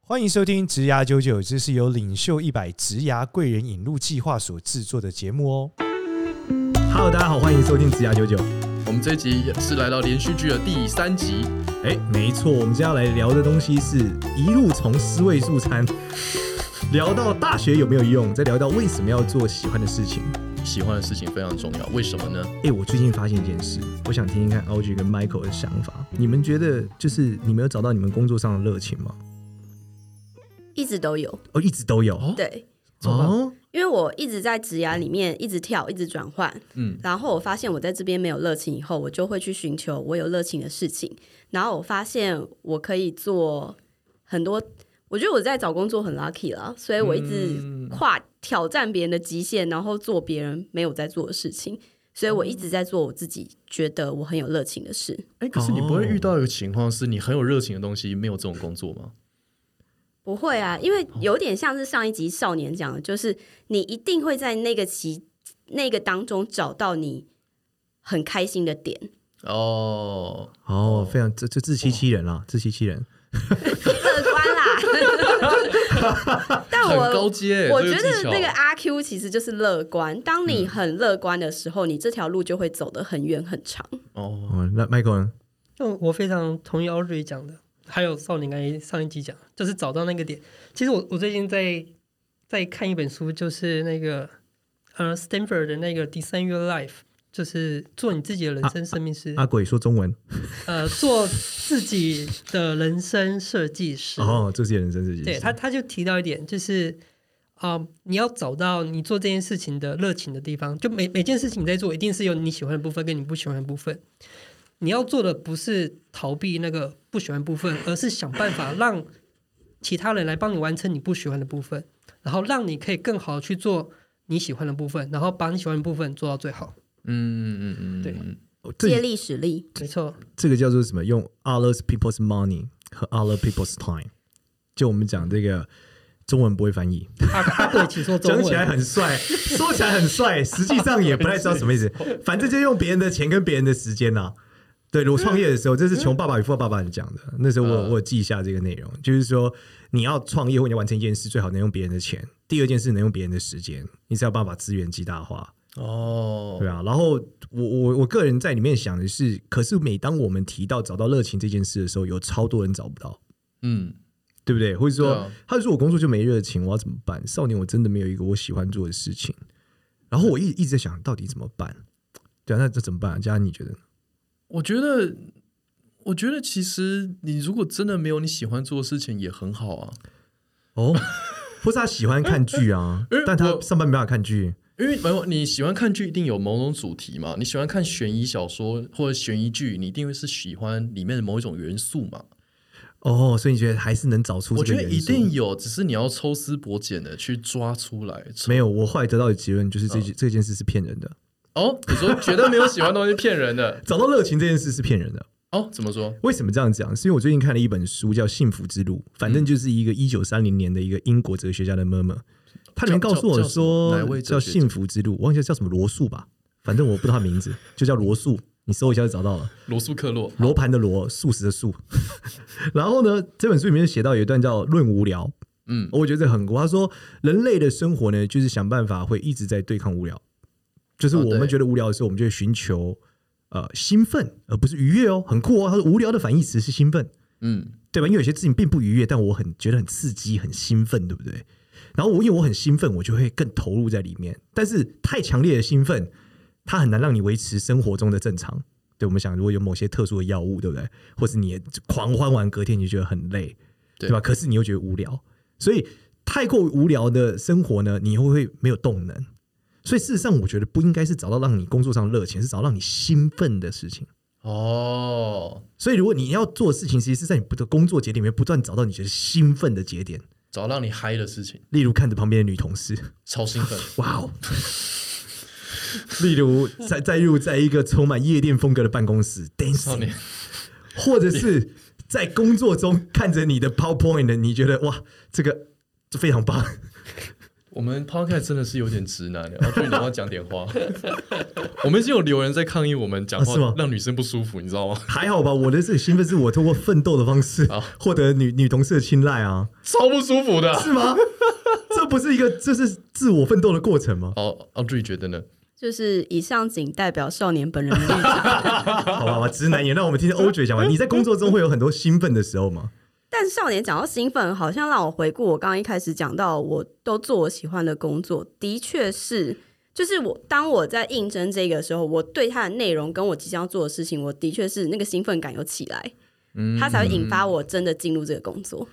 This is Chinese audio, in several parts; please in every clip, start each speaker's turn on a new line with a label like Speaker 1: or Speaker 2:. Speaker 1: 欢迎收听《职涯九九》，这是由领袖一百职涯贵人引路计划所制作的节目哦。Hello，大家好，欢迎收听《职涯九九》。
Speaker 2: 我们这一集也是来到连续剧的第三集，
Speaker 1: 哎，没错，我们今天要来聊的东西是一路从思维素餐 聊到大学有没有用，再聊到为什么要做喜欢的事情。
Speaker 2: 喜欢的事情非常重要，为什么呢？
Speaker 1: 哎，我最近发现一件事，我想听听看 OG 跟 Michael 的想法。你们觉得就是你们有找到你们工作上的热情吗？
Speaker 3: 一直都有。
Speaker 1: 哦，一直都有。
Speaker 2: 哦
Speaker 3: 对，
Speaker 1: 哦，
Speaker 3: 因为我一直在职涯里面一直跳，一直转换，
Speaker 2: 嗯，
Speaker 3: 然后我发现我在这边没有热情，以后我就会去寻求我有热情的事情。然后我发现我可以做很多，我觉得我在找工作很 lucky 啦，所以我一直跨挑战别人的极限，然后做别人没有在做的事情。所以我一直在做我自己觉得我很有热情的事，
Speaker 2: 哎，可是你不会遇到一个情况，是你很有热情的东西，没有这种工作吗？
Speaker 3: 不会啊，因
Speaker 2: 哦
Speaker 3: 为有点像是上一集少年讲的，就是你一定会在那个期那个当中找到你很开心的点。
Speaker 2: 哦，
Speaker 1: 哦，非常这这自欺欺人啦，自欺欺人。
Speaker 3: 乐观啦。 但
Speaker 2: 哦很高
Speaker 3: 我
Speaker 2: 阶，
Speaker 3: 啊我
Speaker 2: 这
Speaker 3: 觉
Speaker 2: 个
Speaker 3: 得
Speaker 2: 技巧嗯
Speaker 3: 那个阿 Q 其实就是乐观。当你很乐观的时候，你这条路就会走得很远很长。
Speaker 2: 哦，
Speaker 1: 哦，那 Michael 呢
Speaker 4: 那我非常同意 Audrey 讲的，还有少年刚才上一集讲，就是找到那个点。其实我我最近在在看一本书，就是那个呃 Stanford 的那个 Design Your Life，就是做你自己的人生生命师，
Speaker 1: 阿鬼说中文。
Speaker 4: 呃，做自己的人生设计师。
Speaker 1: 哦，这是人生自己。
Speaker 4: 对他，他就提到一点，就是啊、呃你要找到你做这件事情的热情的地方。就每每件事情你在做，一定是有你喜欢的部分跟你不喜欢的部分。你要做的不是逃避那个不喜欢的部分，而是想办法让其他人来帮你完成你不喜欢的部分，然后让你可以更好地去做你喜欢的部分，然后把你喜欢的部分做到最好。
Speaker 2: 嗯嗯嗯，
Speaker 4: 对
Speaker 2: 嗯
Speaker 1: 哦
Speaker 3: 借
Speaker 1: 这
Speaker 3: 力使力，
Speaker 4: 没错，
Speaker 1: 这个叫做什么？用 other people's money 和 other people's time，就我们讲这个中文不会翻译，
Speaker 4: 阿阿贵，请说中
Speaker 1: 讲起来
Speaker 4: 文。
Speaker 1: 很帅，说起来很 帅，实际上也不太知道什么意思。反正就用别人的钱跟别人的时间啦、对我创业的时候，这是《穷爸爸与富爸爸》讲的。那时候我
Speaker 2: 嗯
Speaker 1: 我有记一下这个内容，就是说你要创业或你要完成一件事，最好能用别人的钱；第二件事能用别人的时间，你才有办法把资源极大化。
Speaker 2: 哦，
Speaker 1: 对啊，然后我我我个人在里面想的是，可是每当我们提到找到热情这件事的时候，有超多人找不到，
Speaker 2: 嗯，
Speaker 1: 对不对？或者说，
Speaker 2: 对啊
Speaker 1: 他就说我工作就没热情，我要怎么办？少年，我真的没有一个我喜欢做的事情。然后我一一直在想到底怎么办？对啊，那这怎么办？佳恩，你觉得呢？
Speaker 2: 我觉得，我觉得其实你如果真的没有你喜欢做的事情，也很好啊。
Speaker 1: 哦， 或是他喜欢看剧 啊
Speaker 2: 哎，
Speaker 1: 但他
Speaker 2: 我
Speaker 1: 上班没办法看剧。
Speaker 2: 因为没有你喜欢看剧，一定有某种主题嘛。你喜欢看悬疑小说或者悬疑剧，你一定会是喜欢里面的某一种元素嘛。
Speaker 1: 哦，所以你觉得还是能找出
Speaker 2: 我
Speaker 1: 这
Speaker 2: 觉
Speaker 1: 个
Speaker 2: 得
Speaker 1: 元素？
Speaker 2: 一定有，只是你要抽丝剥茧的去抓出来。
Speaker 1: 没有。我后来得到的结论
Speaker 2: 嗯
Speaker 1: 就是这、这件事是骗人的，
Speaker 2: 哦，你说觉得没有喜欢的东西骗人的
Speaker 1: 找到热情这件事是骗人的。
Speaker 2: 哦？怎么说？
Speaker 1: 为什么这样讲？是因为我最近看了一本书，叫《幸福之路》，反
Speaker 2: 嗯
Speaker 1: 正就是一个一九三零年的一个英国哲学家的 murmur，他里面
Speaker 2: 叫
Speaker 1: 告诉我
Speaker 2: 叫叫什么哪
Speaker 1: 说
Speaker 2: 位
Speaker 1: 叫
Speaker 2: 哲
Speaker 1: 《
Speaker 2: 学家
Speaker 1: 幸福之路》，我忘记叫什么罗素吧，反正我不知道他名 字，就叫罗素，你搜一下就找到了。
Speaker 2: 罗素克洛
Speaker 1: 罗盘的罗，素食的素。 然后呢，这本书里面写到有一段叫“论无聊”，
Speaker 2: 嗯，
Speaker 1: 我觉得这很酷。他说，人类的生活呢，就是想办法会一直在对抗无聊，就是
Speaker 2: 哦
Speaker 1: 我们
Speaker 2: 对
Speaker 1: 觉得无聊的时候，我们就会寻求呃兴奋，而不是愉悦哦，很酷哦。他说，无聊的反义词是兴奋，
Speaker 2: 嗯，
Speaker 1: 对吧？因为有些事情并不愉悦，但我很觉得很刺激、很兴奋，对不对？然后我因为我很兴奋，我就会更投入在里面。但是太强烈的兴奋，它很难让你维持生活中的正常。对我们想，如果有某些特殊的药物，对不对？或是你也狂欢完隔天你就觉得很累，
Speaker 2: 对
Speaker 1: 对吧？可是你又觉得无聊，所以太过无聊的生活呢，你又会没有动能。所以事实上，我觉得不应该是找到让你工作上热情，是找到让你兴奋的事情。
Speaker 2: 哦，
Speaker 1: 所以，如果你要做的事情，其实是在你不的工作节点里面不断找到你觉得兴奋的节点，
Speaker 2: 找让你嗨的事情，
Speaker 1: 例如看着旁边的女同事，
Speaker 2: 超兴 奋。
Speaker 1: 哇哦！例如在再入在一个充满夜店风格的办公室
Speaker 2: 少
Speaker 1: dancing，
Speaker 2: 年，
Speaker 1: 或者是在工作中看着你的 PowerPoint，你觉得哇，这个这非常棒。
Speaker 2: 我们 podcast 真的是有点直男的，我觉得你要讲点话。 我们已经有留言在抗议我们讲
Speaker 1: 啊是吗
Speaker 2: 话让女生不舒服，你知道吗？
Speaker 1: 还好吧，我的这个兴奋是我通过奋斗的方式
Speaker 2: 好
Speaker 1: 获得女女同事的青睐啊，
Speaker 2: 超不舒服的。啊
Speaker 1: 是吗？ 这不是一个，这是自我奋斗的过程吗？
Speaker 2: 好，阿志哦觉得呢？
Speaker 3: 就是以上仅代表少年本人的立场，
Speaker 1: 好吧，好吧，直男也让我们听听欧爵讲完。你在工作中会有很多兴奋的时候吗？
Speaker 3: 但少年讲到兴奋，好像让我回顾我刚刚一开始讲到，我都做我喜欢的工作，的确是，就是我当我在应征这个的时候，我对它的内容跟我即将要做的事情，我的确是那个兴奋感有起来，
Speaker 2: 嗯
Speaker 3: 它才会引发我真的进入这个工作。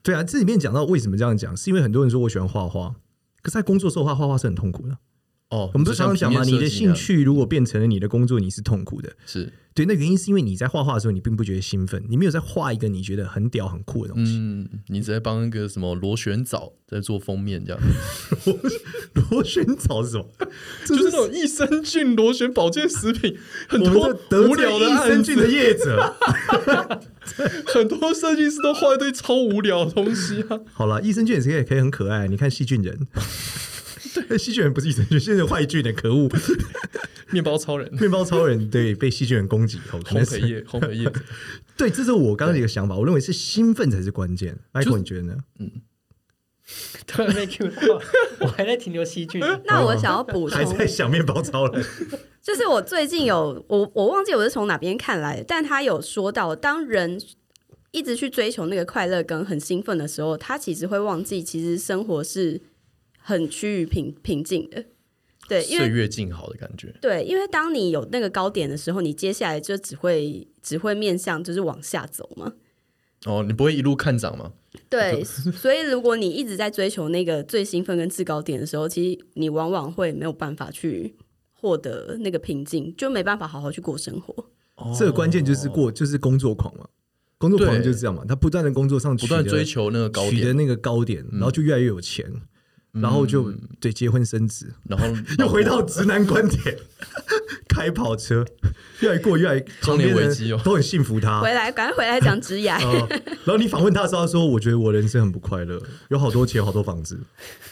Speaker 1: 对啊，这里面讲到为什么这样讲，是因为很多人说我喜欢画画，可是在工作时候画画画是很痛苦的。
Speaker 2: 哦，
Speaker 1: 我们都
Speaker 2: 就像
Speaker 1: 常常讲嘛，
Speaker 2: 平
Speaker 1: 你
Speaker 2: 面
Speaker 1: 的
Speaker 2: 设计那样
Speaker 1: 兴趣如果变成了你的工作，你是痛苦的。
Speaker 2: 是
Speaker 1: 对，那原因是因为你在画画的时候，你并不觉得兴奋，你没有在画一个你觉得很屌很酷的东西。
Speaker 2: 嗯，你在帮一个什么螺旋藻在做封 面这样，嗯
Speaker 1: 螺旋藻是什么？就
Speaker 2: 就是那种益生菌螺旋保健食品，很
Speaker 1: 我
Speaker 2: 多
Speaker 1: 们这得
Speaker 2: 无
Speaker 1: 罪
Speaker 2: 聊
Speaker 1: 益
Speaker 2: 案
Speaker 1: 生
Speaker 2: 子
Speaker 1: 菌的业者。
Speaker 2: 很多设计师都画一堆超无聊的东西啊。
Speaker 1: 好了，益生菌也是可以可以很可爱。你看细菌人，细菌人不是益生菌，现在坏菌的可恶。
Speaker 2: 面包超人、
Speaker 1: 面包超人对被细菌人攻击以后，可
Speaker 2: 烘
Speaker 1: 能
Speaker 2: 焙
Speaker 1: 是
Speaker 2: 业、烘焙业，
Speaker 1: 对，这是我刚刚的一个想法。我认为是兴奋才是关键。Michael，你觉得呢？
Speaker 4: 突然被 Q 到，我还在停留戏剧呢。
Speaker 3: 那我想要补充
Speaker 1: 还，在想面包超 人？
Speaker 3: 就是我最近有我我忘记我是从哪边看来的，但他有说到，当人一直去追求那个快乐跟很兴奋的时候，他其实会忘记，其实生活是很趋于平平静的。对，因
Speaker 2: 岁
Speaker 3: 为
Speaker 2: 月静好的感觉。
Speaker 3: 对，因为当你有那个高点的时候，你接下来就只会只会面向就是往下走嘛。
Speaker 2: 哦，你不会一路看涨吗？
Speaker 3: 对，所以如果你一直在追求那个最兴奋跟制高点的时候，其实你往往会没有办法去获得那个平静，就没办法好好去过生活。
Speaker 2: 哦
Speaker 1: 哦这个关键就是过，就是工作狂嘛。工作狂
Speaker 2: 对
Speaker 1: 就是这样嘛，他不断的工作上
Speaker 2: 不
Speaker 1: 取
Speaker 2: 断
Speaker 1: 得
Speaker 2: 追求那个高
Speaker 1: 取得
Speaker 2: 点，嗯
Speaker 1: 那个高点，然后就越来越有钱，然后就对结婚生 子，
Speaker 2: 然后
Speaker 1: 又回到直男观点， 开跑车，越来过越来旁边的
Speaker 2: 中年危机哦
Speaker 1: 人都很信服他。
Speaker 3: 回来，赶快回来讲职涯。
Speaker 1: 呃然后你访问他的时候，他说：“我觉得我人生很不快乐，有好多钱，好多房子，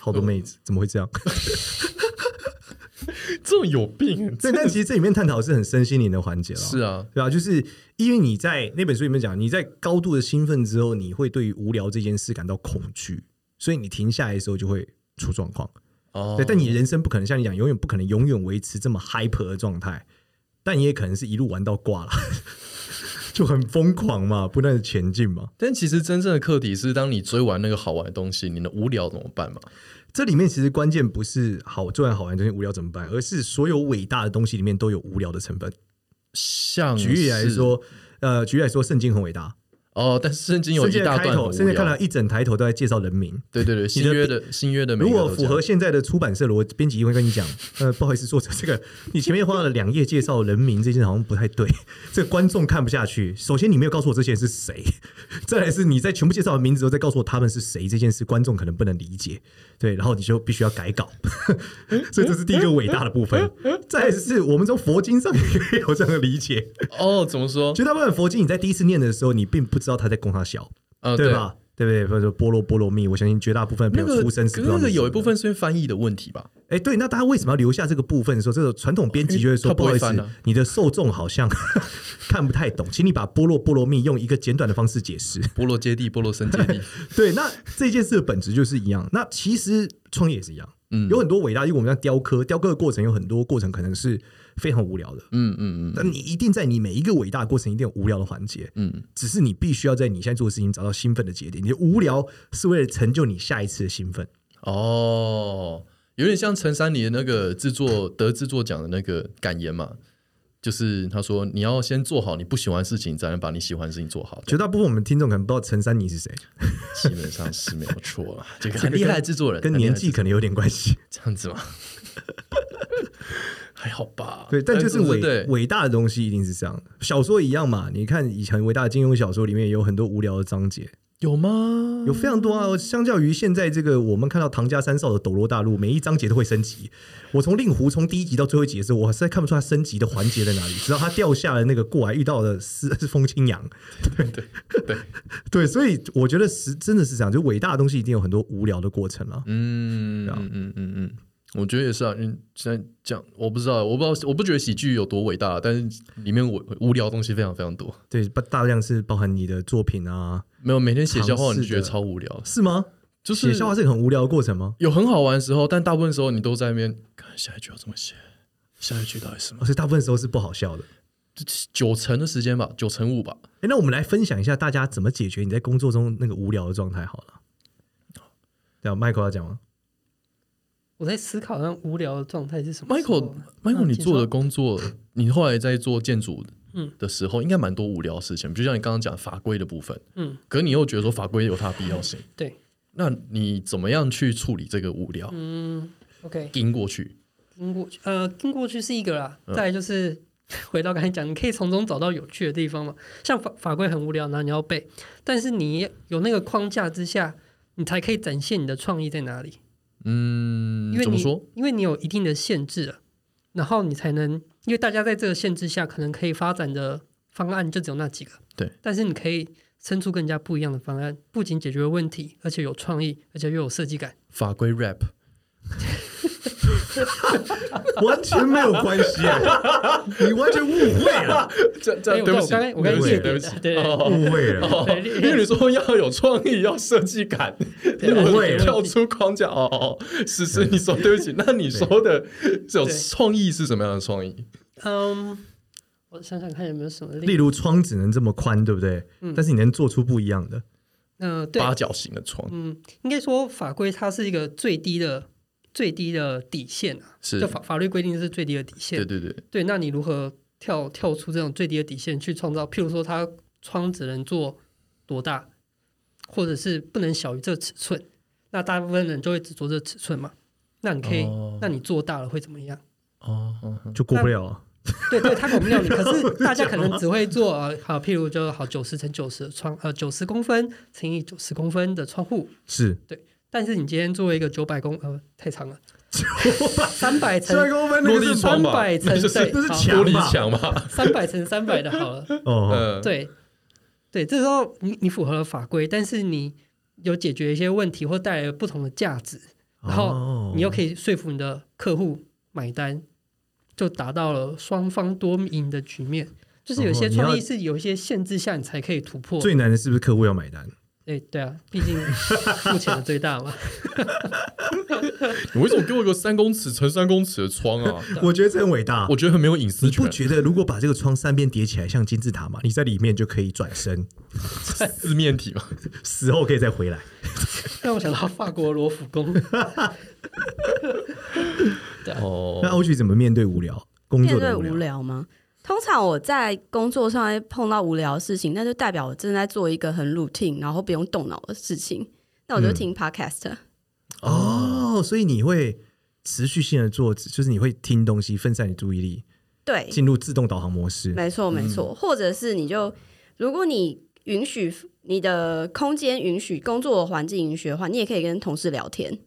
Speaker 1: 好
Speaker 2: 嗯
Speaker 1: 多妹子，怎么会这样
Speaker 2: 这种有病？”，啊
Speaker 1: 但但其实这里面探讨的是很身心灵的环节了。
Speaker 2: 是啊，
Speaker 1: 对啊，就是因为你在那本书里面讲，你在高度的兴奋之后，你会对于无聊这件事感到恐惧，所以你停下来的时候就会出状况。
Speaker 2: 哦，
Speaker 1: 对，但你人生不可能像你讲，永远不可能永远维持这么 hyper 的状态，但你也可能是一路玩到挂了， 就很疯狂嘛，不断的前进嘛。
Speaker 2: 但其实真正的课题是，当你追完那个好玩的东西，你的无聊怎么办嘛？
Speaker 1: 这里面其实关键不是好做完好玩的东西无聊怎么办，而是所有伟大的东西里面都有无聊的成分。
Speaker 2: 像
Speaker 1: 举例来
Speaker 2: 嗯是，
Speaker 1: 说，呃，举例来说，圣经很伟大，
Speaker 2: 哦，但是圣经有
Speaker 1: 圣
Speaker 2: 一
Speaker 1: 经的
Speaker 2: 大
Speaker 1: 开
Speaker 2: 段很
Speaker 1: 头，
Speaker 2: 无
Speaker 1: 圣经看
Speaker 2: 聊
Speaker 1: 到，一整抬头都在介绍人名。
Speaker 2: 对对对，新约的新约的每
Speaker 1: 如
Speaker 2: 一个
Speaker 1: 果
Speaker 2: 都这
Speaker 1: 符
Speaker 2: 样，
Speaker 1: 合现在的出版社逻编辑会跟你 讲，呃，不好意思，作者这个 你前面花了两页介绍人名这件事好像不太对， 这个观众看不下去。首先，你没有告诉我这些人是谁， 再来是你在全部介绍完名字之后再告诉我他们是谁这件事，观众可能不能理解。对，然后你就必须要改稿， 所以这是第一个伟大的部分。再来是我们从佛经上也可以有这样的理解，
Speaker 2: 哦，怎么说？
Speaker 1: 绝大部分佛经你在第一次念的时候，你并不知道他在供他笑，
Speaker 2: 啊，
Speaker 1: 对吧？对不对？或者说波罗波罗蜜，我相信绝大部分的
Speaker 2: 那
Speaker 1: 朋友
Speaker 2: 个
Speaker 1: 出生是
Speaker 2: 可
Speaker 1: 不
Speaker 2: 是
Speaker 1: 知道
Speaker 2: 那个
Speaker 1: 是什
Speaker 2: 有
Speaker 1: 么
Speaker 2: 一
Speaker 1: 的
Speaker 2: 部分是因为翻译的问题吧？
Speaker 1: 哎，对，那大家为什么要留下这个部分的时候，这种传统编辑就会说，
Speaker 2: 因为他不
Speaker 1: 不好
Speaker 2: 会
Speaker 1: 意思，
Speaker 2: 翻啊
Speaker 1: 你的受众好像 看不太懂，请你把波洛波罗蜜用一个简短的方式解释。
Speaker 2: 波罗接地，波罗僧接 地，
Speaker 1: 对，那这件事的本质就是一样。那其实创业也是一样，
Speaker 2: 嗯
Speaker 1: 有很多伟大，因为我们在雕刻，雕刻的过程有很多过程可能是非常无聊的，
Speaker 2: 嗯嗯嗯
Speaker 1: 但你一定在你每一个伟大的过程一定有无聊的环节，
Speaker 2: 嗯，
Speaker 1: 只是你必须要在你现在做的事情找到兴奋的节点。你的无聊是为了成就你下一次的兴奋。
Speaker 2: 哦，有点像陈珊妮的那个制作得制作奖的那个感言嘛，就是他说你要先做好你不喜欢的事情，才能把你喜欢的事情做好。
Speaker 1: 绝大部分我们听众可能不知道陈珊妮是谁，
Speaker 2: 基本上是没有错了， 这个
Speaker 1: 这个
Speaker 2: 很厉害的制作人，
Speaker 1: 跟
Speaker 2: 很厉害
Speaker 1: 年
Speaker 2: 的制
Speaker 1: 纪可能有点关系。
Speaker 2: 这样子 吗？还好吧。
Speaker 1: 对，但就是
Speaker 2: 我
Speaker 1: 伟
Speaker 2: 对
Speaker 1: 伟大的东西一定是这样，小说一样嘛。你看以前伟大的金庸小说里面也有很多无聊的章节，
Speaker 2: 有吗？
Speaker 1: 有非常多啊。相较于现在这个我们看到唐家三少的《斗罗大陆》，每一章节都会升级。我从令狐从第一集到最后一集的时候，我实在看不出它升级的环节在哪里，直到他掉下了那个过来遇到的是是风清扬。
Speaker 2: 对，
Speaker 1: 对，所以我觉得是真的是这样，就伟大的东西一定有很多无聊的过程啊。
Speaker 2: 嗯，嗯
Speaker 1: 对啊
Speaker 2: 嗯嗯嗯嗯，我觉得也是啊，因为现在讲我不知道，我不知道，我不觉得喜剧有多伟大，但是里面我无聊的东西非常非常多。
Speaker 1: 对，大大量是包含你的作品啊，
Speaker 2: 没有每天写笑话，
Speaker 1: 尝试
Speaker 2: 你觉得
Speaker 1: 的
Speaker 2: 超无聊，
Speaker 1: 是吗？
Speaker 2: 就是
Speaker 1: 写笑话是一个很无聊的过程啊吗？
Speaker 2: 有很好玩的时候，但大部分时候你都在那边看下一句要怎么写，下一句到底是什么？
Speaker 1: 而且大部分时候是不好笑的。
Speaker 2: 九成的时间吧，九成五吧。
Speaker 1: 哎，那我们来分享一下大家怎么解决你在工作中那个无聊的状态好了。对啊，Michael 要讲吗？
Speaker 4: 我在思考，那无聊的状态是什么时候
Speaker 2: Michael，Michael，
Speaker 4: 啊、、
Speaker 2: 你
Speaker 4: 请
Speaker 2: 做的
Speaker 4: 说
Speaker 2: 工 作，你后来在做建筑
Speaker 4: 嗯
Speaker 2: 的时候，应该蛮多无聊的事情，就像你刚刚讲法规的部分，
Speaker 4: 嗯，
Speaker 2: 可你又觉得说法规有它的必要性，
Speaker 4: 对，
Speaker 2: 那你怎么样去处理这个无聊，
Speaker 4: 嗯，OK，
Speaker 2: 盯过去？
Speaker 4: 跟过去，呃，跟过去是一个啦，
Speaker 2: 嗯
Speaker 4: 再来就是、 回到刚才讲，你可以从中找到有趣的地方嘛。像法法规很无聊，然后你要背，但是你有那个框架之下，你才可以展现你的创意在哪里。
Speaker 2: 嗯
Speaker 4: 因，为
Speaker 2: 怎么
Speaker 4: 你
Speaker 2: 说？
Speaker 4: 因为你有一定的限制了，然后你才能，因为大家在这个限制下，可能可以发展的方案就只有那几个。
Speaker 2: 对，
Speaker 4: 但是你可以生出更加不一样的方案，不仅解决问题，而且有创意，而且又有设计感。
Speaker 2: 法规 rap，
Speaker 1: 完全没有关系、啊你完全误会了，
Speaker 2: 这这
Speaker 4: 哎我
Speaker 2: 对不
Speaker 4: 刚
Speaker 2: 起，
Speaker 4: 刚我
Speaker 1: 刚
Speaker 4: 刚
Speaker 2: 对不起
Speaker 1: 夜
Speaker 2: 对不
Speaker 4: 点
Speaker 2: 起，
Speaker 4: 对对
Speaker 2: 哦
Speaker 1: 误会了。
Speaker 2: 哦， 因为你说要有创意，要设计感，
Speaker 4: 对
Speaker 1: 误会了
Speaker 2: 跳出框架。哦哦，哦，是是，你说对不起，那你说的有创意是什么样的创意？
Speaker 4: 嗯，我想想看有没有什么
Speaker 1: 例
Speaker 4: 例，
Speaker 1: 如窗只能这么宽，对不对？但是你能做出不一样的。
Speaker 4: 嗯、对，
Speaker 2: 八角形的窗
Speaker 4: 嗯，应该说法规它是一个最低的最低的底线啊，
Speaker 2: 是
Speaker 4: 就，法法律规定是最低的底线
Speaker 2: 对。对对，
Speaker 4: 对，那你如何跳跳出这种最低的底线去创造？譬如说，它窗只能做多大，或者是不能小于这尺寸。那大部分人就会只做这尺寸嘛。那你可以，
Speaker 2: 哦
Speaker 4: 那你做大了会怎么样？
Speaker 2: 哦哦，哦
Speaker 1: 就过不了啊。
Speaker 4: 对对，它管不了你。可是大家可能只会做呃，好，譬如就好九十乘九十窗，呃，九十公分乘以九十公分的窗户。
Speaker 1: 是
Speaker 4: 但是你今天作为一个九百公，呃，太长了，三百乘
Speaker 1: 三公分那
Speaker 2: 落
Speaker 1: 个
Speaker 2: 地
Speaker 1: 是
Speaker 2: 窗吧，
Speaker 4: 300层
Speaker 2: 那就是
Speaker 4: 对
Speaker 1: 那是墙
Speaker 2: 玻
Speaker 4: 好
Speaker 1: 吧
Speaker 2: 璃墙吧？
Speaker 4: 三百乘三百的好了。
Speaker 1: 哦，
Speaker 2: 嗯，
Speaker 4: 对，对，这时候你你符合了法规，但是你有解决一些问题或带来了不同的价值，然
Speaker 1: 哦
Speaker 4: 后你又可以说服你的客户买单，就达到了双方多赢的局面。就是有一
Speaker 1: 哦
Speaker 4: 些
Speaker 1: 你要
Speaker 4: 创意是有一些限制下你才可以突破。
Speaker 1: 哦最难的是不是客户要买单？
Speaker 4: 对对啊，毕竟付钱的最大嘛。
Speaker 2: 你为什么给我一个三公尺乘三公尺的窗啊？
Speaker 1: 我觉得这很伟大
Speaker 2: 我。觉得很没有隐私
Speaker 1: 你不
Speaker 2: 权，
Speaker 1: 觉得如果把这个窗三边叠起来像金字塔嘛，你在里面就可以转身，
Speaker 2: 四面体嘛？
Speaker 1: 死后可以再回来。
Speaker 4: 让我想到法国罗浮宫，
Speaker 2: 哦
Speaker 1: 那，欧旭怎么面对无聊？工
Speaker 3: 面
Speaker 1: 作
Speaker 3: 对
Speaker 1: 的
Speaker 3: 无
Speaker 1: 聊，
Speaker 3: 聊吗？通常我在工作上会碰到无聊的事情，那就代表我正在做一个很 routine，然后不用动脑的事情。那我就听 podcast，、
Speaker 1: 哦，所以你会持续性的做，就是你会听东西，分散你注意力，
Speaker 3: 对，
Speaker 1: 进入自动导航模式。
Speaker 3: 没错没错。或者是你就，如果你允许你的空间允许、工作环境允许的话，你也可以跟同事聊天，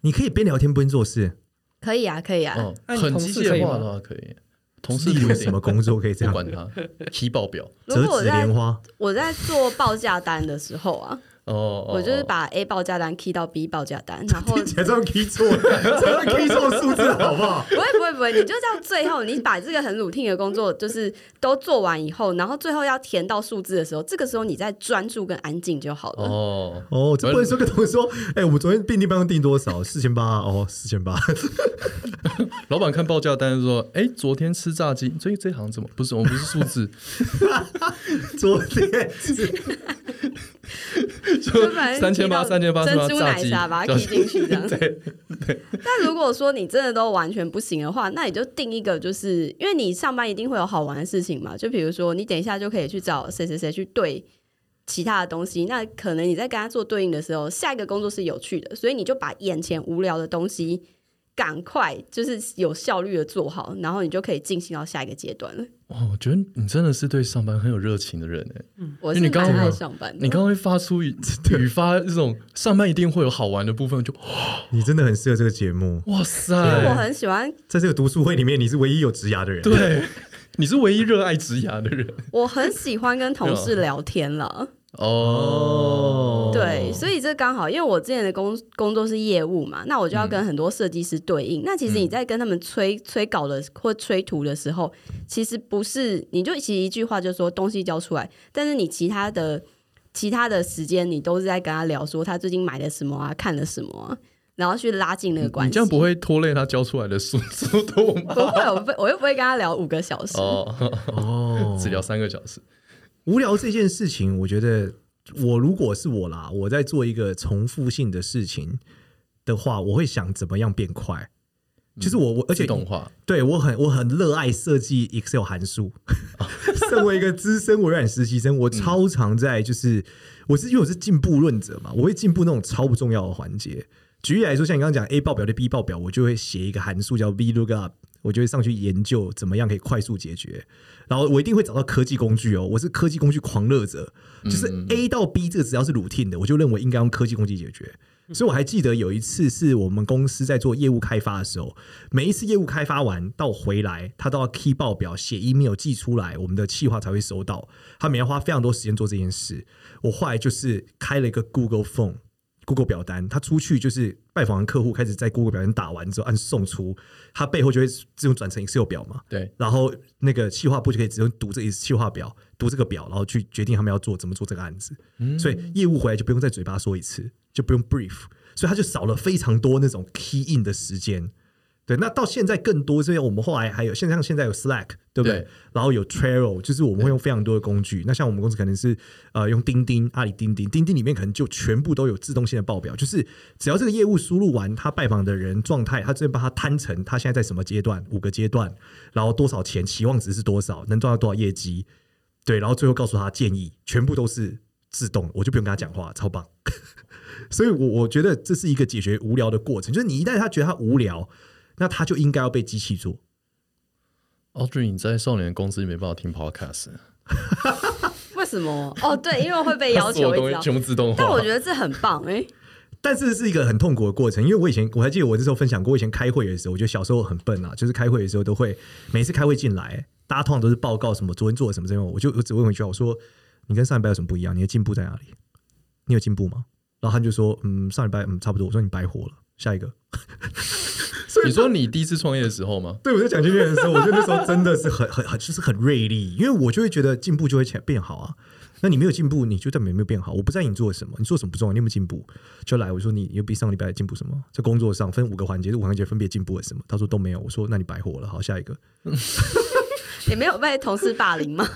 Speaker 1: 你可以边聊天边做事，
Speaker 3: 可以啊，可以啊。
Speaker 2: 哦，
Speaker 4: 那你
Speaker 2: 很
Speaker 4: 同
Speaker 2: 机
Speaker 4: 事
Speaker 2: 械
Speaker 4: 可以
Speaker 2: 化
Speaker 4: 吗
Speaker 2: 的话可以，同事
Speaker 1: 例
Speaker 2: 不
Speaker 1: 如
Speaker 2: 一
Speaker 1: 什
Speaker 2: 定
Speaker 1: 么工作可以这
Speaker 2: 不
Speaker 1: 样？
Speaker 2: 管他，提报表
Speaker 3: 如
Speaker 1: 折
Speaker 3: 果我
Speaker 1: 纸
Speaker 3: 在
Speaker 1: 莲花，
Speaker 3: 我在做报价单的时候啊，
Speaker 2: 哦，
Speaker 3: 我就是
Speaker 2: 哦
Speaker 3: 把 A 报价单 key 到 B 报价单，然后
Speaker 1: 听起来这么 key 错， 这么 key 错数字好不好？
Speaker 3: 不会不会不会，你就这样，最后你把这个很 routine 的工作就是都做完以后，然后最后要填到数字的时候，这个时候你再专注跟安静就好了。
Speaker 2: 哦，
Speaker 1: 哦，这不能说跟同事说，哎、我们昨天便利办公订多少？四千八哦，四千八。
Speaker 2: 老板看报价单说：“哎，昨天吃炸鸡，这这行怎么不是？我们不是数字，
Speaker 1: 昨天是
Speaker 2: 就
Speaker 3: 就反正
Speaker 2: 三千八，
Speaker 3: 提到
Speaker 2: 三千八，
Speaker 3: 珍珠
Speaker 2: 炸
Speaker 3: 奶
Speaker 2: 鸡，
Speaker 3: 茶把它 key 进去这样。
Speaker 2: 对，
Speaker 3: 但如果说你真的都完全不行的话，那你就定一个，就是因为你上班一定会有好玩的事情嘛，就比如说你等一下就可以去找谁谁谁去对。其他的东西，那可能你在跟他做对应的时候，下一个工作是有趣的，所以你就把眼前无聊的东西赶快就是有效率的做好，然后你就可以进行到下一个阶段了。
Speaker 2: 哇，我觉得你真的是对上班很有热情的人哎。
Speaker 3: 我
Speaker 2: 因为
Speaker 3: 是
Speaker 2: 你刚
Speaker 3: 蛮
Speaker 2: 刚
Speaker 3: 爱
Speaker 2: 有
Speaker 3: 上班的，
Speaker 2: 你刚刚会发出语语发这种上班一定会有好玩的部分，就
Speaker 1: 你真的很适合这个节目，
Speaker 2: 哇
Speaker 3: 因为我
Speaker 2: 塞，
Speaker 3: 很喜欢，
Speaker 1: 在这个读书会里面，你是唯一有职涯的人。，
Speaker 2: 对，你是唯一热爱职涯的人啊
Speaker 3: 我很喜欢跟同事聊天了。
Speaker 2: 哦。
Speaker 3: 对，对，所以这刚好，因为我之前的工工作是业务嘛，那我
Speaker 2: 嗯
Speaker 3: 就要跟很多设计师对应。那其实你在跟他们催催稿的或催图的时候，其实不是你就其实一句话就说东西交出来，但是你其他的其他的时间你都是在跟他聊说他最近买了什么啊，看了什么、啊，然后去拉近那个关
Speaker 2: 嗯
Speaker 3: 系。
Speaker 2: 你这样不会拖累他交出来的速速度吗？
Speaker 3: 不会，我不我又不会跟他聊五个小时。
Speaker 2: 哦，
Speaker 1: 哦
Speaker 2: 只聊三个小时，
Speaker 1: 无聊这件事情，我觉得我如果是我啦，我在做一个重复性的事情的话，我会想怎么样变快。就是我我，而且
Speaker 2: 自动化，
Speaker 1: 对我很我很热爱设计 Excel 函数。身为一个资深微软实习生，我超常在就是我是因为我是进步论者嘛，我会进步那种超不重要的环节。举例来说，像你刚刚讲 A 报表对 B 报表，我就会写一个函数叫 VLOOKUP，我就会上去研究怎么样可以快速解决。然后我一定会找到科技工具哦，我是科技工具狂热者，就是 A 到 B 这个只要是 routine 的，我就认为应该用科技工具解决。所以我还记得有一次是我们公司在做业务开发的时候，每一次业务开发完到回来，他都要 key 报表、写 email 寄出来，我们的企划才会收到。他每天花非常多时间做这件事。我后来就是开了一个 Google Phone。Google 表单，他出去就是拜访完客户，开始在 Google 表单打完之后按送出，他背后就会自动转成 Excel 表嘛。
Speaker 2: 对，
Speaker 1: 然后那个企划部就可以只用读这个企划表，读这个表，然后去决定他们要做怎么做这个案子。所以业务回来就不用再嘴巴说一次，就不用 brief，所以他就少了非常多那种 key in 的时间。对，那到现在更多这些，我们后来还有，像像现在有 Slack，对不对？
Speaker 2: 对
Speaker 1: 然后有 Trello，就是我们会用非常多的工具。那像我们公司可能是呃用钉钉、阿里钉钉，钉钉里面可能就全部都有自动性的报表，就是只要这个业务输入完，他拜访的人状态，他这边帮他摊成他现在在什么阶段，五个阶段，然后多少钱，期望值是多少，能赚到多少业绩，对，然后最后告诉他建议，全部都是自动，我就不用跟他讲话，超棒。 所以我，我觉得这是一个解决无聊的过程，就是你一旦他觉得他无聊，那他就应该要被机器做。
Speaker 2: Audrey，你在少年公司没办法听 podcast，
Speaker 3: 为什么？哦，对，因为会被要
Speaker 2: 所有
Speaker 3: 求，
Speaker 2: 东
Speaker 3: 你
Speaker 2: 西
Speaker 3: 知
Speaker 2: 全
Speaker 3: 道
Speaker 2: 部自动化。
Speaker 3: 但我觉得这很棒哎、
Speaker 1: 但是是一个很痛苦的过程，因为我以前我还记得我那时候分享过，我以前开会的时候，我觉得小时候很笨啊，就是开会的时候都会每次开会进来，大家通常都是报告什么昨天做了什么这种，我就我只问一句话，我说你跟上礼拜有什么不一样？你的进步在哪里？你有进步吗？然后他们就说嗯上礼拜嗯差不多，我说你白活了，下一个。所以
Speaker 2: 你说你第一次创业的时候吗？
Speaker 1: 对我在讲这些的时候，我觉得那时候真的是很很很就是很锐利，因为我就会觉得进步就会变好啊。那你没有进步，你就代表你没有变好。我不在意你做什么，你做什么不重要，你有没有进步就来。我说你有比上个礼拜进步什么？在工作上分五个环节，这五个环节分别进步了什么？他说都没有。我说那你白活了。好，下一个。
Speaker 3: 你没有被同事霸凌吗？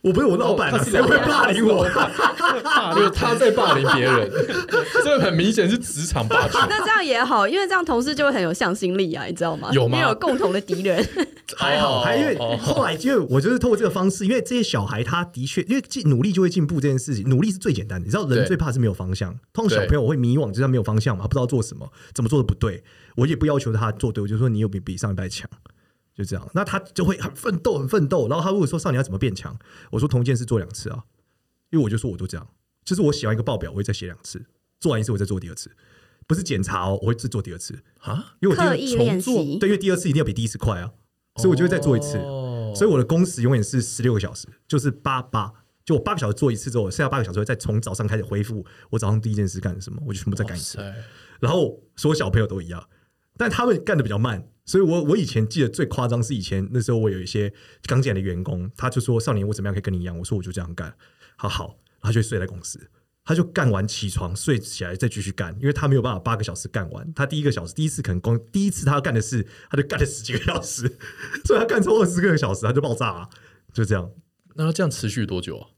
Speaker 1: 我不是我老板、啊，谁会霸凌我？
Speaker 2: 霸凌他在霸凌别人， 这很明显是职场霸权。
Speaker 3: 那这样也好，因为这样同事就会很有向心力啊，你知道吗？
Speaker 2: 有吗
Speaker 3: 因为有共同的敌人，
Speaker 1: 还好，还因为
Speaker 2: 哦
Speaker 1: 后来，因为我就是透过这个方式，因为这些小孩他的确，因为进努力就会进步这件事情，努力是最简单的。你知道，人
Speaker 2: 对
Speaker 1: 最怕是没有方向。通常小
Speaker 2: 对
Speaker 1: 朋友会迷惘，就是他没有方向嘛，啊不知道做什么，怎么做的不对。我也不要求他做对，我就说你有比比上一拜强，就这样。那他就会很奋斗，很奋斗。然后他如果说上你要怎么变强，我说同一件事做两次啊，因为我就说我都这样，就是我写完一个报表，我会再写两次，做完一次我再做第二次，不是检查哦，我会再做第二次。
Speaker 2: 啊，
Speaker 1: 因为我第二
Speaker 3: 刻意
Speaker 1: 重
Speaker 3: 练
Speaker 1: 做，
Speaker 3: 习
Speaker 1: 对，因为第二次一定要比第一次快啊，所以我就会再做一次。
Speaker 2: 哦
Speaker 1: 所以我的工时永远是十六个小时，就是八八，就我八个小时做一次之后，剩下八个小时会再从早上开始恢复。我早上第一件事干什么，我就全部再干一次。
Speaker 2: 哇塞
Speaker 1: 然后所有小朋友都一样，但他们干的比较慢，所以我我以前记得最夸张是以前那时候我有一些刚进来的员工，他就说少年我怎么样可以跟你一样，我说我就这样干，他好，他就睡在公司。他就干完起床睡起来再继续干，因为他没有办法八个小时干完。他第一个小时第一次可能光第一次他干的事，他就干了十几个小时，所以他干超二十个小时他就爆炸了，就这样
Speaker 2: 那他这样持续多久啊？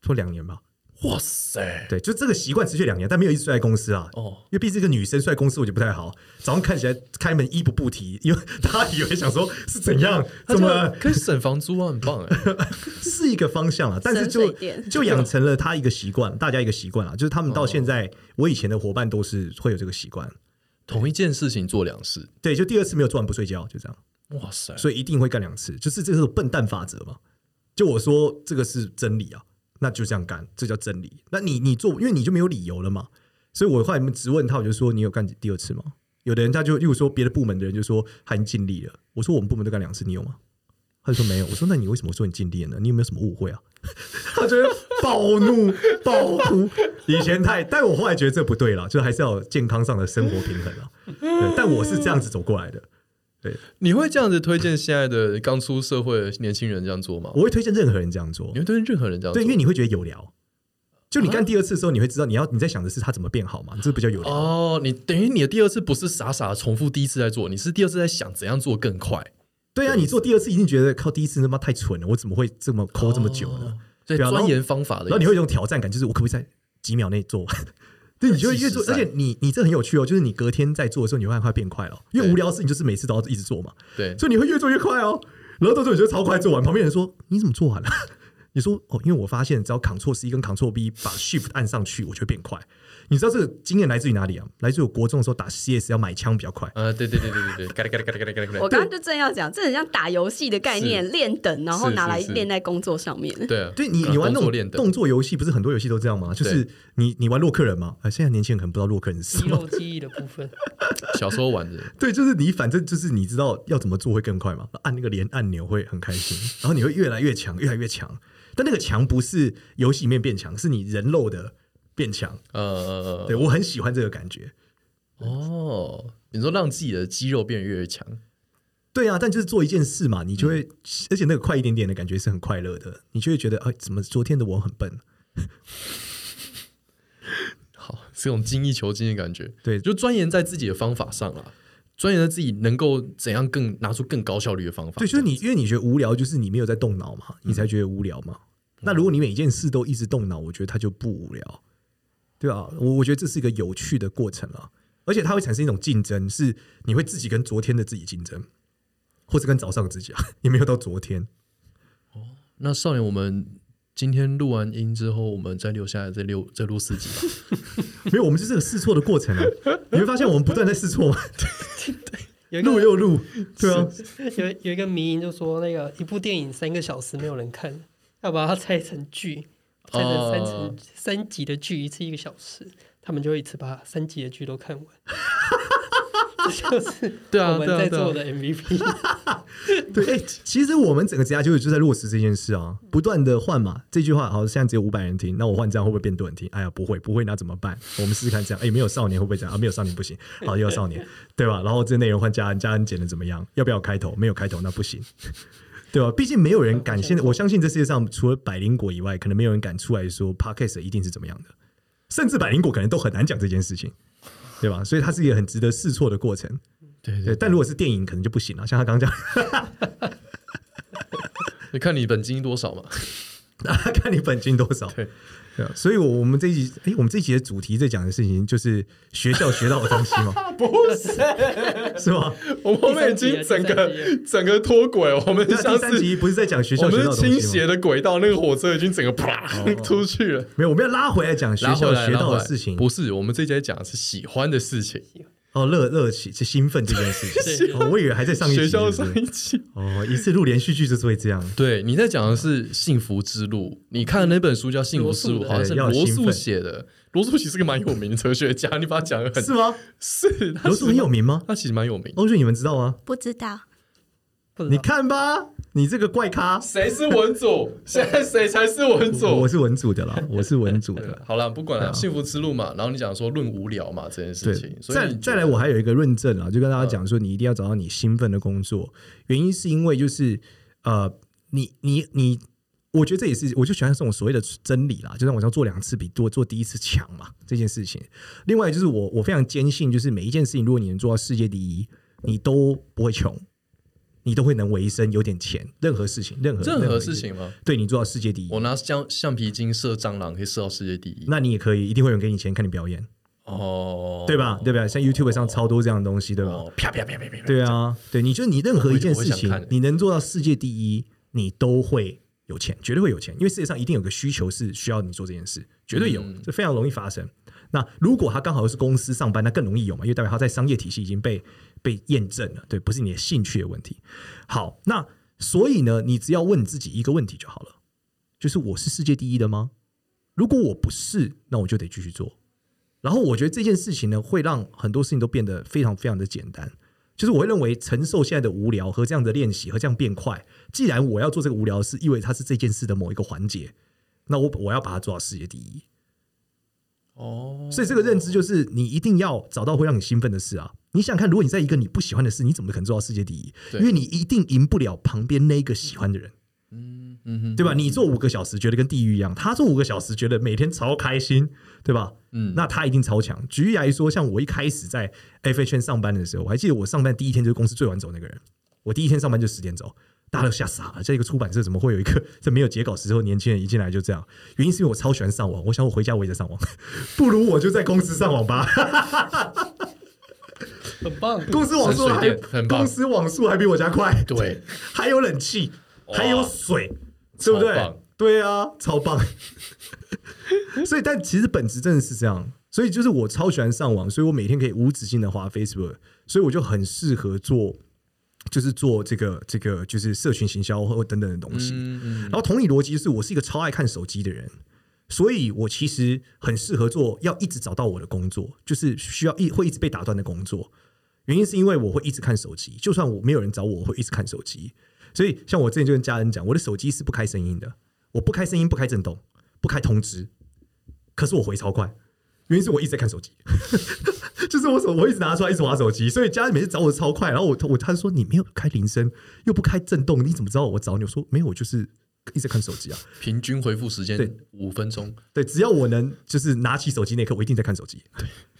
Speaker 1: 拖两年吧。
Speaker 2: 哇塞，
Speaker 1: 对，就这个习惯持续两年，但没有一直睡在公司啊。
Speaker 2: 哦，
Speaker 1: 因为毕竟是个女生睡在公司，我就不太好。早上看起来开门衣不不提，因为大家以为想说是怎 样，
Speaker 2: 他
Speaker 1: 怎
Speaker 2: 这
Speaker 1: 么
Speaker 2: 样
Speaker 1: 了
Speaker 2: 可以省房租啊，很 棒哎。
Speaker 1: 是一个方向啊。但是
Speaker 3: 省
Speaker 1: 就
Speaker 3: 水电
Speaker 1: 就养成了他一个习惯，大家一个习惯啊，就是他们
Speaker 3: 哦
Speaker 1: 到现在，我以前的伙伴都是会有这个习惯。
Speaker 2: 同一件事情做两次，
Speaker 1: 对，就第二次没有做完不睡觉，就这样，
Speaker 2: 哇塞，
Speaker 1: 所以一定会干两次，就是这是笨蛋法则嘛。就我说这个是真理啊，那就这样干，这叫真理。那你你做，因为你就没有理由了嘛。所以我后来质问他，我就说你有干第二次吗？有的人他就，例如说别的部门的人就说他已经尽力了，我说我们部门都干两次，你有吗？他就说没有。我说那你为什么说你禁猎呢？你有没有什么误会啊？ 他觉得暴怒暴哭。以前太，但我后来觉得这不对啦，就是还是要有健康上的生活平衡啊。对，但我是这样子走过来的。
Speaker 2: 你会这样子推荐现在的刚出社会的年轻人这样做吗？
Speaker 1: 我会推荐任何人这样做
Speaker 2: 你，会推荐任何人这样做？
Speaker 1: 对，因为你会觉得有聊。就
Speaker 2: 啊
Speaker 1: 你干第二次的时候，你会知道你要你在想的是他怎么变好嘛，这比较有聊。
Speaker 2: 哦，你等于你的第二次不是傻傻地重复第一次在做，你是第二次在想怎样做更快，
Speaker 1: 对啊，你做第二次一定觉得靠第一次他妈太蠢了，我怎么会这么抠这么久呢？
Speaker 2: 哦所以
Speaker 1: 对啊然后
Speaker 2: 钻研方法的意思。
Speaker 1: 然后你会有一种挑战感，就是我可不可以在几秒内 做完？对，你就会越做
Speaker 2: 即，时
Speaker 1: 而
Speaker 2: 赛
Speaker 1: 且你你这很有趣哦，就是你隔天在做的时候，你会很快变快了，哦因为
Speaker 2: 对
Speaker 1: 无聊的事情就是每次都要一直做嘛，
Speaker 2: 对
Speaker 1: 所以你会越做越快哦。然后到最后你就超快做完，旁边人说你怎么做完了？ 你说哦，因为我发现只要 Ctrl C 跟 Ctrl B 把 Shift 按上去，我就会变快。你知道这个经验来自于哪里啊？来自于我国中的时候打 CS 要买枪比较快。
Speaker 2: 呃，对对对对 对对，嘎啦嘎啦嘎啦嘎啦嘎啦嘎
Speaker 3: 我
Speaker 2: 啦。
Speaker 3: 刚刚就正要讲，这很像打游戏的概念，练等，然后
Speaker 2: 是
Speaker 3: 拿来
Speaker 2: 是是
Speaker 3: 练在工作上面。
Speaker 2: 对啊，
Speaker 1: 对你，
Speaker 2: 呃
Speaker 1: 你玩那
Speaker 2: 工作
Speaker 1: 种
Speaker 2: 练的，
Speaker 1: 动作游戏，不是很多游戏都这样吗？就是你你玩洛克人嘛，呃，现在年轻人可能不知道洛克人是什
Speaker 4: 肌
Speaker 1: 么，
Speaker 4: 肉记忆的部分。
Speaker 2: 小时候玩的，
Speaker 1: 对，就是你反正就是你知道要怎么做会更快嘛，按那个连按钮会很开心，然后你会越来越强，越来越强。但那个强不是游戏里面变强，是你人肉的变强。
Speaker 2: 呃，
Speaker 1: 对我很喜欢这个感觉。
Speaker 2: 哦，你说让自己的肌肉变得越来越强，
Speaker 1: 对啊，但就是做一件事嘛，你就会，而且那个快一点点的感觉是很快乐的，你就会觉得，哎，怎么昨天的我很笨？
Speaker 2: 好， 是种精益求精的感觉。
Speaker 1: 对
Speaker 2: 就钻研在自己的方法上啦，钻研在自己能够怎样更拿出更高效率的方法。
Speaker 1: 对，就是你，因为你觉得无聊，就是你没有在动脑嘛，你才觉得无聊嘛。那如果你每一件事都一直动脑，我觉得它就不无聊，对啊，我我觉得这是一个有趣的过程了，而且它会产生一种竞争，是你会自己跟昨天的自己竞争，或者跟早上的自己啊， 也没有到昨天。
Speaker 2: 那少年，我们今天录完音之后，我们再留下来再录再录四集 吧。
Speaker 1: 没有，我们是这个试错的过程啊，你会发现我们不断在试错嘛，
Speaker 4: 有一
Speaker 1: 录
Speaker 4: 个
Speaker 1: 又录，对啊，
Speaker 4: 有有一个迷因就说，那个一部电影三个小时没有人看，要把它拆成剧，拆成三层、
Speaker 2: 哦
Speaker 4: 三集的剧，一次一个小时，他们就会一次把三集的剧 都看完。这就是
Speaker 2: 对啊
Speaker 4: 我们
Speaker 2: 对啊
Speaker 4: 在
Speaker 2: 对啊
Speaker 4: 做的 MVP。
Speaker 1: 对，哎、其实我们整个职涯就是就在落实这件事啊，不断的换嘛。这句话好，现在只有五百人听，那我换这样会不会变多人听？哎呀，不会，不会，那怎么办？我们试试看这样。哎、没有少年会不会这样啊？没有少年不行，好，又有少 年，对吧？然后这内容换家人，家人剪的怎么样？要不要有开头？没有开头那不行， 对吧？毕竟没有人敢现在，我相信这世界上除了百灵果以外，可能没有人敢出来说 podcast 一定是怎么样的，甚至百灵果可能都很难讲这件事情。对吧？所以它是一个很值得试错的过程。
Speaker 2: 对
Speaker 1: 对，
Speaker 2: 对，
Speaker 1: 但如果是电影，可能就不行了。像他刚刚讲，
Speaker 2: 你看你本金多少嘛？
Speaker 1: 啊， 看你本金多少。
Speaker 2: 对
Speaker 1: 对啊，所以我我们这一集，哎，我们这一集的主题在讲的事情就是学校学到的东西 嘛，不 是是吗？
Speaker 2: 我们后面已经
Speaker 4: 第三
Speaker 2: 整
Speaker 4: 集啊
Speaker 2: 个
Speaker 4: 第三
Speaker 2: 整个脱轨，我们
Speaker 1: 那
Speaker 2: 像
Speaker 1: 第三
Speaker 2: 是
Speaker 1: 集不是在讲学
Speaker 2: 我
Speaker 1: 校学
Speaker 2: 们
Speaker 1: 到的
Speaker 2: 是
Speaker 1: 东
Speaker 2: 倾
Speaker 1: 西
Speaker 2: 斜
Speaker 1: 吗？
Speaker 2: 的轨道，那个火车已经整个啪 出去了。
Speaker 1: 没有，我们要拉回来讲学
Speaker 2: 拉回
Speaker 1: 校
Speaker 2: 来，
Speaker 1: 学
Speaker 2: 拉
Speaker 1: 到
Speaker 2: 回
Speaker 1: 的
Speaker 2: 来
Speaker 1: 事情。
Speaker 2: 不是我们这一节讲的是喜欢的事情，
Speaker 1: 哦，乐乐起是兴奋这件事
Speaker 4: 对
Speaker 1: 情，哦，我以为还在上一集
Speaker 2: 学校
Speaker 1: 是
Speaker 2: 上
Speaker 1: 不是
Speaker 2: 一期。
Speaker 1: 哦，一次录连续剧就是会这样。
Speaker 2: 对，你在讲的是幸福之路。你看的那本书叫《幸福之路》，
Speaker 4: 罗素的
Speaker 2: 好像是
Speaker 1: 哎对要有
Speaker 2: 罗
Speaker 1: 兴
Speaker 2: 素
Speaker 1: 奋
Speaker 2: 写的。罗素其实是个蛮有名的哲学家，你把他讲的很
Speaker 1: 是吗？
Speaker 2: 是他
Speaker 1: 罗
Speaker 2: 其
Speaker 1: 素
Speaker 2: 实
Speaker 1: 很有名吗？
Speaker 2: 他其实蛮有名。
Speaker 1: 欧俊，你们知道吗？
Speaker 3: 不知道，
Speaker 4: 不知
Speaker 1: 你
Speaker 4: 道
Speaker 1: 看吧，你这个怪咖，
Speaker 2: 谁是文组？现在谁才是哦文
Speaker 1: 我
Speaker 2: 组？
Speaker 1: 是文组的啦，我是文组的。
Speaker 2: 好了，不管
Speaker 1: 对啊
Speaker 2: 了，幸福之路嘛。然后你讲说论无聊嘛这件事情，所以
Speaker 1: 再
Speaker 2: 你觉
Speaker 1: 再
Speaker 2: 得嗯
Speaker 1: 来，我还有一个论证啊，就跟大家讲说，你一定要找到你兴奋的工作，原因是因为就是呃，你你你，我觉得这也是我就喜欢这种所谓的真理啦，就像我要做两次比多做第一次强嘛这件事情。另外就是我我非常坚信，就是每一件事情，如果你能做到世界第一，你都不会穷，你都会能维生，有点钱，任何事情，任何
Speaker 2: 任何事，
Speaker 1: 一件
Speaker 2: 情吗？
Speaker 1: 对你做到世界第一
Speaker 2: 我，拿橡橡皮筋射蟑螂，可以射到世界第一
Speaker 1: 那你也可以，一定会有人给你钱看你表演，
Speaker 2: 哦，
Speaker 1: 对吧？对吧？像 YouTube 上超多这样的东西，对吧？
Speaker 2: 哦？啪啪啪啪啪啪，
Speaker 1: 对啊，对，你就是你任何一件事
Speaker 2: 我会我会想看
Speaker 1: 情
Speaker 2: 的，
Speaker 1: 你能做到世界第一，你都会有钱，绝对会有钱，因为世界上一定有个需求是需要你做这件事，绝对有
Speaker 2: 嗯，
Speaker 1: 这非常容易发生。那如果他刚好又是公司上班，那更容易有嘛，因为代表他在商业体系已经被被验证了，对，不是你的兴趣的问题。好，那所以呢，你只要问自己一个问题就好了，就是我是世界第一的吗？如果我不是，那我就得继续做。然后我觉得这件事情呢，会让很多事情都变得非常非常的简单。就是我会认为承受现在的无聊和这样的练习和这样变快，既然我要做这个无聊的事，意味它是这件事的某一个环节，那我我要把它做到世界第一。
Speaker 2: 哦，
Speaker 1: 所以这个认知就是你一定要找到会让你兴奋的事啊！你想看，如果你在一个你不喜欢的事，你怎么可能做到世界第一？
Speaker 2: 对
Speaker 1: 因为你一定赢不了旁边那一个喜欢的人。
Speaker 2: 嗯嗯哼，
Speaker 1: 对吧？你做五个小时觉得跟地狱一样，他做五个小时觉得每天超开心，对吧？
Speaker 2: 嗯
Speaker 1: 那他一定超强。举例来说，像我一开始在 F H 圈上班的时候，我还记得我上班第一天就是公司最晚走那个人，我第一天上班就十点走。大家都吓傻了，这个出版社怎么会有一个这没有截稿时候年轻人一进来就这样？原因是因为我超喜欢上网，我想我回家我也在上网，不如我就在公司上网吧。
Speaker 4: 很棒。
Speaker 1: 公司网速还
Speaker 2: 省水电很棒
Speaker 1: 公司网速还比我家快，
Speaker 2: 对，
Speaker 1: 还有冷气，
Speaker 2: 哇
Speaker 1: 还有水，对不
Speaker 2: 超
Speaker 1: 对
Speaker 2: 棒？
Speaker 1: 对啊，超棒。 所以，但其实本质真的是这样，所以就是我超喜欢上网，所以我每天可以无止境的滑 Facebook，所以我就很适合做，就是做这个这个就是社群行销或等等的东西。
Speaker 2: 嗯
Speaker 1: 然后同理逻辑是我是一个超爱看手机的人，所以我其实很适合做要一直找到我的工作，就是需要一会一直被打断的工作。原因是因为我会一直看手机，就算我没有人找我，我会一直看手机。所以像我之前就跟家人讲，我的手机是不开声音的，我不开声音，不开震动，不开通知，可是我回超快。原因是我一直在看手机， 就是我手我一直拿出来，一直玩手机，所以家人每次找我超快，然后我我他说你没有开铃声，又不开震动，你怎么知道我找你？我说没有，我就是一直在看手机啊。
Speaker 2: 平均回复时间五分钟，
Speaker 1: 对，只要我能就是拿起手机那一刻，我一定在看手机。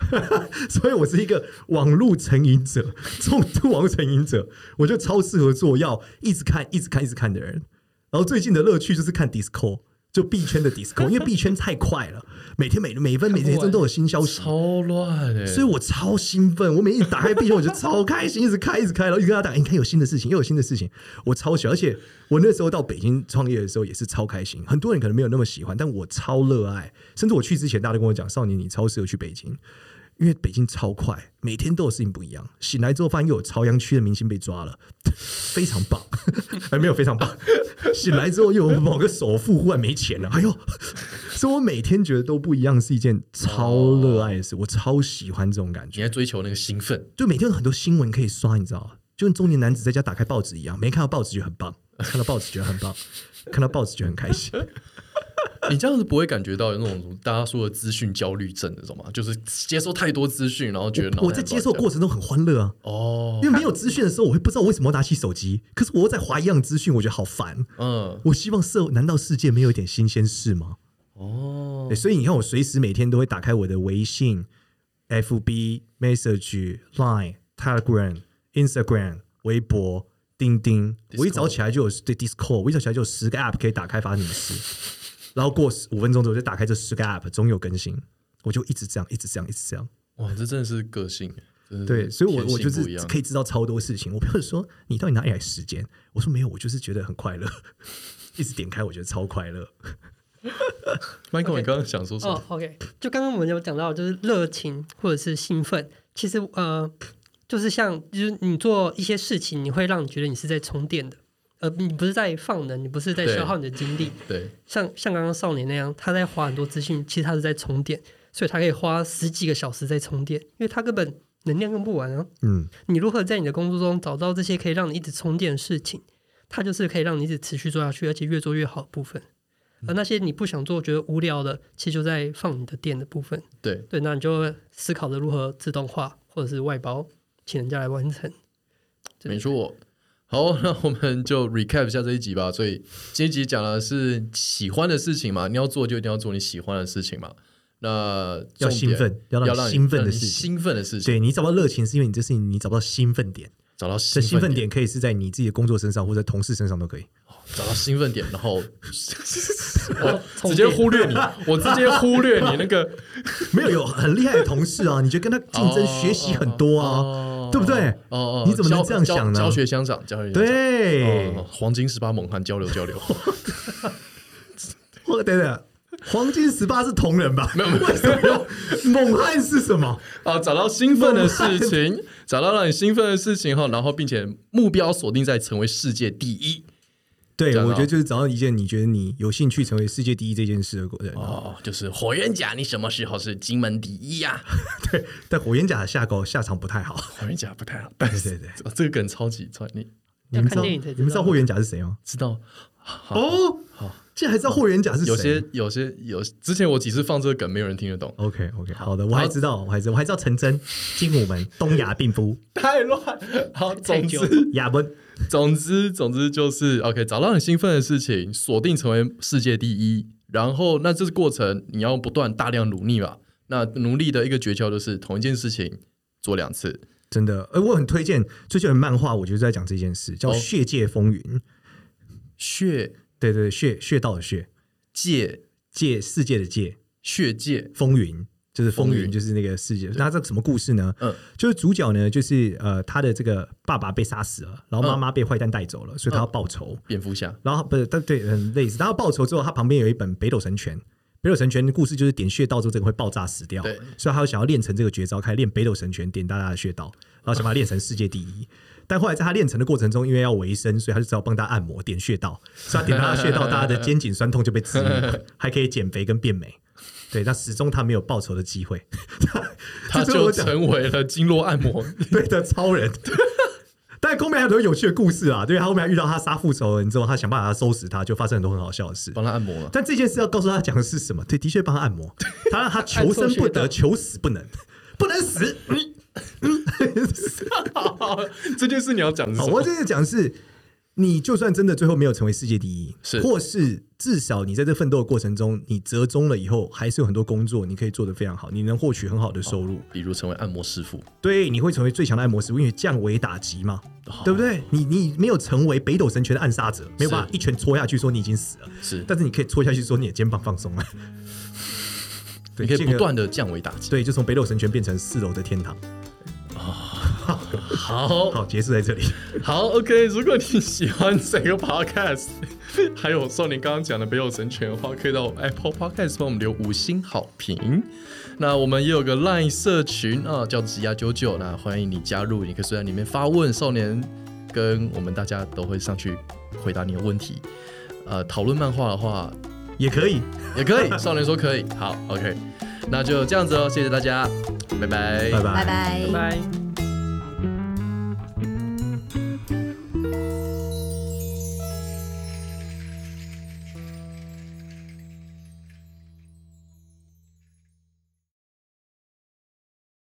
Speaker 1: 对， 所以我是一个网络成瘾者， 重度网络成瘾者，我就超适合做要一直看、一直看、一直看的人。然后最近的乐趣就是看 Disco，就币圈的 Disco，因为币圈太快了，每天每每分每天都有新消息。
Speaker 2: 超乱哎、
Speaker 1: 所以我超兴奋，我每一打开币圈，我就超开心，一直开一直开，然后一直跟他打，哎你看有新的事情，又有新的事情，我超喜欢。而且我那时候到北京创业的时候也是超开心，很多人可能没有那么喜欢，但我超热爱。甚至我去之前，大家都跟我讲，少年你超适合去北京，因为北京超快，每天都有事情不一样。醒来之后发现又有朝阳区的明星被抓了， 非常棒， 哎，没有非常棒。醒来之后又有某个首富忽然没钱了，哎呦！所以我每天觉得都不一样，是一件超热爱的事，我超喜欢这种感
Speaker 2: 你
Speaker 1: 觉。
Speaker 2: 在追求那个兴奋，
Speaker 1: 就每天有很多新闻可以刷，你知道吗？就跟中年男子在家打开报纸一样，没看到报纸就很 棒，看到报纸觉得很棒，看到报纸就很开心。
Speaker 2: 你这样子不会感觉到有那种大家说的资讯焦虑症那种吗？就是接收太多资讯，然后 觉得脑
Speaker 1: 我
Speaker 2: 袋
Speaker 1: 在
Speaker 2: 很乱
Speaker 1: 接受
Speaker 2: 这样
Speaker 1: 过程中很欢乐啊，
Speaker 2: 哦，
Speaker 1: 因为没有资讯的时候，我会不知道为什么要拿起手机，可是我又在划一样资讯，我觉得好烦。
Speaker 2: 嗯
Speaker 1: 我希望社，难道世界没有一点新鲜事吗？
Speaker 2: 哦
Speaker 1: 对，所以你看，我随时每天都会打开我的微信、FB、Message、Line、Telegram、Instagram、微博、钉钉。我一早起来就有对 Discord，我一早起来就有十个 App 可以打开发生什么事。然后过五分钟之后，我就打开这十个 App，总有更新。我就一直这样，一直这样，一直这样。
Speaker 2: 哇，这真的是个性，欸真的是
Speaker 1: 对，所以我
Speaker 2: 嗯天性
Speaker 1: 我就
Speaker 2: 不一
Speaker 1: 是
Speaker 2: 样
Speaker 1: 可以知道超多事情。我朋友说：“你到底哪里来时间？”我说：“没有，我就是觉得很快乐， 一直点开，我觉得超快乐。
Speaker 2: Michael，
Speaker 4: OK
Speaker 2: 你刚刚想说什
Speaker 4: 哦
Speaker 2: 么？
Speaker 4: ，OK，就刚刚我们有讲到，就是热情或者是兴奋，其实呃，就是像就是你做一些事情，你会让你觉得你是在充电的，呃，你不是在放能，你不是在
Speaker 2: 对
Speaker 4: 消耗你的精力。
Speaker 2: 对，
Speaker 4: 像像刚刚少年那样，他在花很多资讯，其实他是在充电，所以他可以花十几个小时在充电，因为他根本能量用不完啊。”
Speaker 1: 嗯，
Speaker 4: 你如何在你的工作中找到这些可以让你一直充电的事情？它就是可以让你一直持续做下去，而且越做越好的部分。而那些你不想做、觉得无聊的，其实就在放你的电的部分。
Speaker 2: 对，
Speaker 4: 对，那你就会思考着如何自动化或者是外包，请人家来完成。对
Speaker 2: 没错。好， 那我们就 recap 一下这一集吧。所以这一集讲的是喜欢的事情嘛，你要做就一定要做你喜欢的事情嘛。那
Speaker 1: 要
Speaker 2: 重点
Speaker 1: 兴奋要
Speaker 2: 要
Speaker 1: 让你
Speaker 2: 让你
Speaker 1: 兴奋的
Speaker 2: 让你
Speaker 1: 事情
Speaker 2: 兴奋的事情，
Speaker 1: 对你找不到热情，是因为你这事情你找不到兴奋点。
Speaker 2: 找到
Speaker 1: 这兴
Speaker 2: 兴
Speaker 1: 奋
Speaker 2: 奋
Speaker 1: 点可以是在你自己的工作身上，或者同事身上都 可以。
Speaker 2: 找到兴奋点，然后我
Speaker 4: 充
Speaker 2: 直接
Speaker 4: 电
Speaker 2: 忽略 你，我直接忽略你那个
Speaker 1: 没有有很厉害的同事啊，你觉得跟他竞争学习很多啊？
Speaker 2: 哦
Speaker 1: 对不对
Speaker 2: 哦哦，
Speaker 1: 你怎么能
Speaker 2: 教
Speaker 1: 这样
Speaker 2: 教
Speaker 1: 想呢
Speaker 2: 教学相长，教学相长，
Speaker 1: 对
Speaker 2: 哦，，黄金十八猛汉交流 交流，
Speaker 1: 或等等，黄金十八是同人吧？没有，为什么要猛汉是什么？
Speaker 2: 啊，找到兴奋的事情，找到让你兴奋的事情后，然后并且目标锁定在成为世界第一。
Speaker 1: 对
Speaker 2: 这样啊
Speaker 1: 我觉得就是找到一件你觉得你有兴趣成为世界第一这件事的人。
Speaker 2: 哦，就是火焰甲，你什么时候是金门第一啊 呀、
Speaker 1: 对，但火焰甲的下狗下场不太好。
Speaker 2: 火焰甲不太好，但是
Speaker 1: 对 对
Speaker 2: 哦这这个梗超级超，你
Speaker 1: 你们
Speaker 4: 要看
Speaker 1: 知道
Speaker 4: 电影才知道
Speaker 1: 你们知道霍元甲是谁吗？
Speaker 2: 知道？ 好，
Speaker 1: 哦，
Speaker 2: 好，
Speaker 1: 现在还知道霍元甲是谁？
Speaker 2: 有些有些有，之前我几次放这个梗，没有人听得懂，
Speaker 1: OK OK，好的，我还知道，我还知道，我还知道陈真、精武门、东亚病夫、
Speaker 2: 太乱。好，总
Speaker 4: 久了
Speaker 2: 之
Speaker 1: 亚文，
Speaker 2: 总之，总之就是 OK，找到很兴奋的事情，锁定成为世界第一，然后那这个过程你要不断大量努力吧。那努力的一个诀窍就是同一件事情做两次。
Speaker 1: 真的，哎，我很推荐最近有漫画，我就是在讲这件事，叫
Speaker 2: 哦
Speaker 1: 《血界风云》。
Speaker 2: 血
Speaker 1: 对对，血血道的血，
Speaker 2: 界
Speaker 1: 界世界的界，
Speaker 2: 血界，
Speaker 1: 风云就是风
Speaker 2: 风
Speaker 1: 云，
Speaker 2: 云
Speaker 1: 就是那个世界。那这什么故事呢？
Speaker 2: 嗯
Speaker 1: 就是主角呢，就是呃，他的这个爸爸被杀死了，然后妈
Speaker 2: 嗯
Speaker 1: 妈被坏蛋带走了，所以他要报仇。
Speaker 2: 蝙蝠侠
Speaker 1: 然后不是，但对，很类似。然后报仇之后，他旁边有一本《北斗神拳》。北斗神拳的故事就是点穴道之后，这个会爆炸死掉
Speaker 2: 对，
Speaker 1: 所以他就想要练成这个绝招，开始练北斗神拳，点大家的穴道，然后想把它练成世界第一。但后来在他练成的过程中，因为要维生，所以他就只好帮大家按摩点穴道，所以他点到他的穴道，大家的肩颈酸痛就被治愈了，还可以减肥跟变美。对，但始终他没有报仇的机会，
Speaker 2: 他
Speaker 1: 这就是
Speaker 2: 就
Speaker 1: 我讲
Speaker 2: 成为了经络按摩。
Speaker 1: 对的超人。但后面还有很多有趣的故事啊，对他后面还遇到他杀父仇人之后，他想办法收拾他，就发生很多很好笑的事。
Speaker 2: 帮他按摩了。
Speaker 1: 但这件事要告诉他讲的是什么？对，的确帮他按 摩，他让他求生不得，求死不能， 不能 死。嗯
Speaker 2: 这件事你要讲的是
Speaker 1: 好，
Speaker 2: 什
Speaker 1: 哦我
Speaker 2: 么？
Speaker 1: 这次讲的是，你就算真的最后没有成为世界第一，
Speaker 2: 是
Speaker 1: 或是至少你在这奋斗的过程中，你折中了以后，还是有很多工作你可以做得非常好，你能获取很好的收入。
Speaker 2: 比如成为按摩师傅，
Speaker 1: 对，你会成为最强的按摩师，因为降维打击嘛，
Speaker 2: 哦
Speaker 1: 对不对？你你没有成为北斗神拳的暗杀者，没有办法一拳戳下去说你已经死了，
Speaker 2: 是，
Speaker 1: 但是你可以戳下去说你的肩膀放松了。对
Speaker 2: 你可以
Speaker 1: 这
Speaker 2: 不
Speaker 1: 个
Speaker 2: 断的降维打击。
Speaker 1: 对，就从北斗神拳变成四楼的天堂。
Speaker 2: 好
Speaker 1: 好，结束在这里。
Speaker 2: 好，OK。如果你喜欢这个 Podcast，还有少年刚刚讲的北有神拳的话，可以到 Apple Podcast 帮我们留五星好评。那我们也有个 Line 社群啊，叫职涯九九，那欢迎你加入，你可以随在里面发问，少年跟我们大家都会上去回答你的问题。呃，讨论漫画的话，
Speaker 1: 也可以，
Speaker 2: 也可以，少年说可以。好，OK，那就这样子哦，谢谢大家，拜拜，
Speaker 1: 拜拜。
Speaker 3: 拜拜
Speaker 4: 拜。